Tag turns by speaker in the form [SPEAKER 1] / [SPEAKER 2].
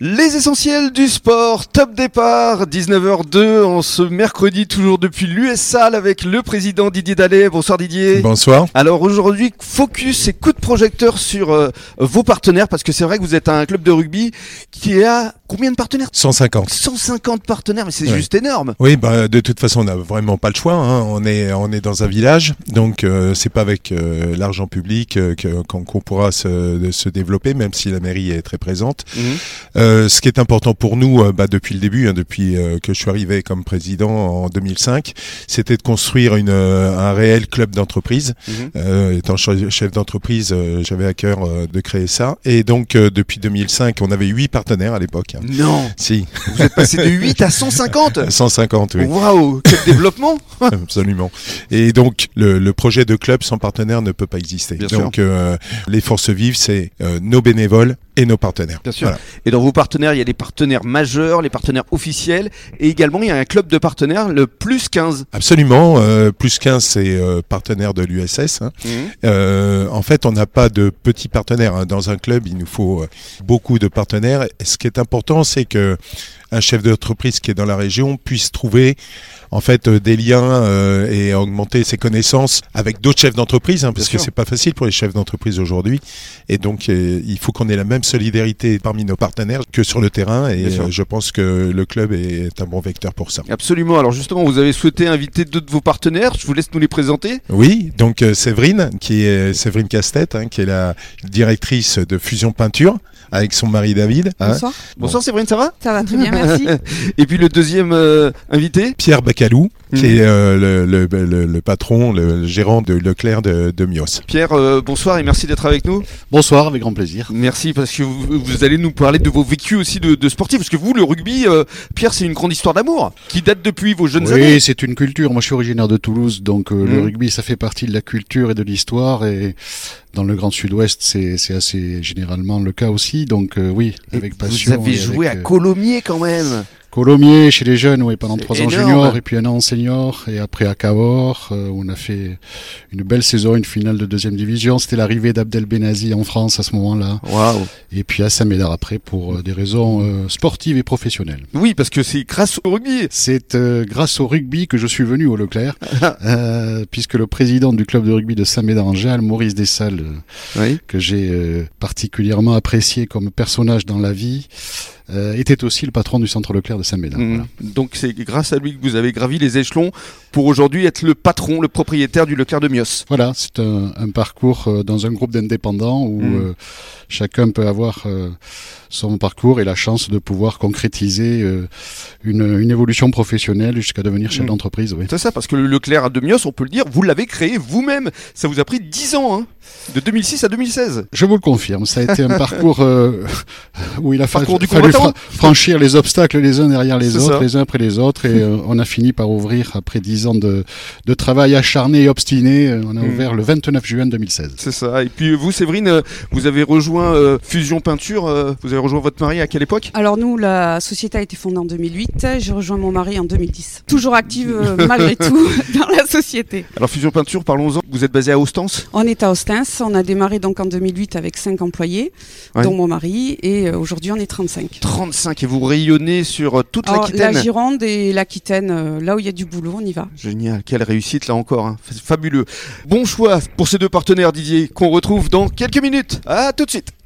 [SPEAKER 1] Les essentiels du sport, top départ, 19h02 en ce mercredi, toujours depuis l'USA avec le président Didier Dallet. Bonsoir Didier.
[SPEAKER 2] Bonsoir.
[SPEAKER 1] Alors aujourd'hui, focus et coup de projecteur sur euh, vos partenaires, parce que c'est vrai que vous êtes un club de rugby qui a combien de partenaires
[SPEAKER 2] 150.
[SPEAKER 1] 150 partenaires, mais c'est
[SPEAKER 2] Ouais.
[SPEAKER 1] juste énorme.
[SPEAKER 2] Oui, bah, de toute façon, on n'a vraiment pas le choix. hein. On, est, on est dans un village, donc euh, c'est pas avec euh, l'argent public euh, que- qu'on qu'on pourra se, se développer, même si la mairie est très présente. Euh, ce qui est important pour nous, euh, bah, depuis le début, hein, depuis euh, que je suis arrivé comme président en 2005, c'était de construire une, euh, un réel club d'entreprise.
[SPEAKER 1] Mhm.
[SPEAKER 2] Euh, étant che- chef d'entreprise, euh, j'avais à cœur euh, de créer ça. Et donc, euh, depuis 2005, on avait huit partenaires à l'époque. hein.
[SPEAKER 1] Non,
[SPEAKER 2] Si,
[SPEAKER 1] vous êtes passé de 8 à 150
[SPEAKER 2] 150, oui.
[SPEAKER 1] Waouh, quel développement
[SPEAKER 2] Absolument. Et donc, le, le projet de club sans partenaire ne peut pas exister.
[SPEAKER 1] Bien sûr.
[SPEAKER 2] donc, euh, les forces vives, c'est euh, nos bénévoles et nos partenaires.
[SPEAKER 1] Bien sûr.
[SPEAKER 2] Voilà.
[SPEAKER 1] Et dans vos partenaires, il y a les partenaires majeurs, les partenaires officiels, et également il y a un club de partenaires, le plus 15.
[SPEAKER 2] Absolument. euh, plus 15, c'est euh, partenaire de l'USS. hein. Euh, en fait, on n'a pas de petits partenaires. hein. Dans un club, il nous faut euh, beaucoup de partenaires. Et ce qui est important, c'est que un chef d'entreprise qui est dans la région puisse trouver en fait euh, des liens euh, et augmenter ses connaissances avec d'autres chefs d'entreprise, hein, parce
[SPEAKER 1] Bien
[SPEAKER 2] que
[SPEAKER 1] sûr.
[SPEAKER 2] c'est pas facile pour les chefs d'entreprise aujourd'hui. Et donc, euh, il faut qu'on ait la même solidarité parmi nos partenaires que sur le terrain. Et
[SPEAKER 1] Bien sûr.
[SPEAKER 2] euh, je pense que le club est un bon vecteur pour ça.
[SPEAKER 1] Absolument. Alors justement, vous avez souhaité inviter deux de vos partenaires. Je vous laisse nous les présenter.
[SPEAKER 2] Oui, donc euh, Séverine, qui est Séverine Castet, hein, qui est la directrice de Fusion Peinture avec son mari David, hein.
[SPEAKER 3] Bonsoir.
[SPEAKER 1] Bonsoir Séverine, ça va
[SPEAKER 3] Ça va très bien, merci.
[SPEAKER 1] Et puis le deuxième euh, invité
[SPEAKER 2] Pierre Bacalou,
[SPEAKER 1] Mhm.
[SPEAKER 2] qui est euh, le, le- le- le patron, le gérant de Leclerc de, de Mios.
[SPEAKER 1] Pierre, euh, bonsoir et merci d'être avec nous.
[SPEAKER 4] Bonsoir, avec grand plaisir.
[SPEAKER 1] Merci parce que vous, vous allez nous parler de vos vécus aussi de, de sportifs. Parce que vous, le rugby, euh, Pierre, c'est une grande histoire d'amour qui date depuis vos jeunes années.
[SPEAKER 4] Oui, c'est une culture. Moi, je suis originaire de Toulouse, donc euh, le
[SPEAKER 1] Mm.
[SPEAKER 4] rugby, ça fait partie de la culture et de l'histoire. Et dans le Grand Sud-Ouest, c'est c'est assez généralement le cas aussi. Donc euh, oui, avec passion.
[SPEAKER 1] vous avez
[SPEAKER 4] et
[SPEAKER 1] joué
[SPEAKER 4] avec,
[SPEAKER 1] à
[SPEAKER 4] euh,
[SPEAKER 1] Colomiers quand même.
[SPEAKER 4] Colomiers chez les jeunes, oui, pendant
[SPEAKER 1] C'est
[SPEAKER 4] trois ans
[SPEAKER 1] énorme.
[SPEAKER 4] junior et puis un an en senior. Et après à Cahors, euh, on a fait une belle saison, une finale de deuxième division. C'était l'arrivée d'Abdel Benazi en France à ce moment-là.
[SPEAKER 1] Waouh.
[SPEAKER 4] Et puis à Saint-Médard après pour euh, des raisons euh, sportives et professionnelles.
[SPEAKER 1] Oui, parce que c'est grâce au rugby.
[SPEAKER 4] C'est euh, grâce au rugby que je suis venu au Leclerc, euh, puisque le président du club de rugby de Saint-Médard-en-Jalles, Maurice Dessales, euh,
[SPEAKER 1] Oui.
[SPEAKER 4] que j'ai euh, particulièrement apprécié comme personnage dans la vie, euh, était aussi le patron du centre Leclerc de Saint-Médard.
[SPEAKER 1] Mm.
[SPEAKER 4] Ah, voilà.
[SPEAKER 1] Donc c'est grâce à lui que vous avez gravi les échelons pour aujourd'hui être le patron, le propriétaire du Leclerc de Mios.
[SPEAKER 4] Voilà, c'est un, un parcours euh, dans un groupe d'indépendants où
[SPEAKER 1] Mm.
[SPEAKER 4] euh, chacun peut avoir euh, son parcours et la chance de pouvoir concrétiser euh, une, une évolution professionnelle jusqu'à devenir chef
[SPEAKER 1] Mm.
[SPEAKER 4] d'entreprise. oui.
[SPEAKER 1] C'est ça, parce que le Leclerc à Demios, on peut le dire, vous l'avez créé vous-même. Ça vous a pris 10 ans, hein, de 2006 à 2016.
[SPEAKER 4] Je vous le confirme, ça a été un parcours euh, où il a fa-
[SPEAKER 1] Parcours du
[SPEAKER 4] fallu
[SPEAKER 1] combattant.
[SPEAKER 4] fra- franchir les obstacles les uns derrière les
[SPEAKER 1] C'est
[SPEAKER 4] autres,
[SPEAKER 1] ça.
[SPEAKER 4] les uns après les autres, et euh, on a fini par ouvrir, après dix ans de, de travail acharné et obstiné, euh, on a
[SPEAKER 1] Mm.
[SPEAKER 4] ouvert le 29 juin 2016.
[SPEAKER 1] C'est ça. Et puis vous, Séverine, euh, vous avez rejoint euh, Fusion Peinture, euh, vous avez rejoint votre mari à quelle époque
[SPEAKER 3] Alors nous, la société a été fondée en 2008. J'ai rejoint mon mari en 2010. Toujours active euh, malgré tout dans la société.
[SPEAKER 1] Alors Fusion Peinture, parlons-en. Vous êtes basé à Ostens
[SPEAKER 3] On est à Ostens. On a démarré donc en 2008 avec 5 employés,
[SPEAKER 1] Ouais.
[SPEAKER 3] dont mon mari, et euh, aujourd'hui on est 35.
[SPEAKER 1] 35 et vous rayonnez sur euh, toute
[SPEAKER 3] Alors, Oh, la
[SPEAKER 1] l'Aquitaine.
[SPEAKER 3] Gironde et l'Aquitaine, euh, là où il y a du boulot, on y va.
[SPEAKER 1] Génial, quelle réussite là encore, hein. F- fabuleux. Bon choix pour ces deux partenaires Didier qu'on retrouve dans quelques minutes. À tout de suite.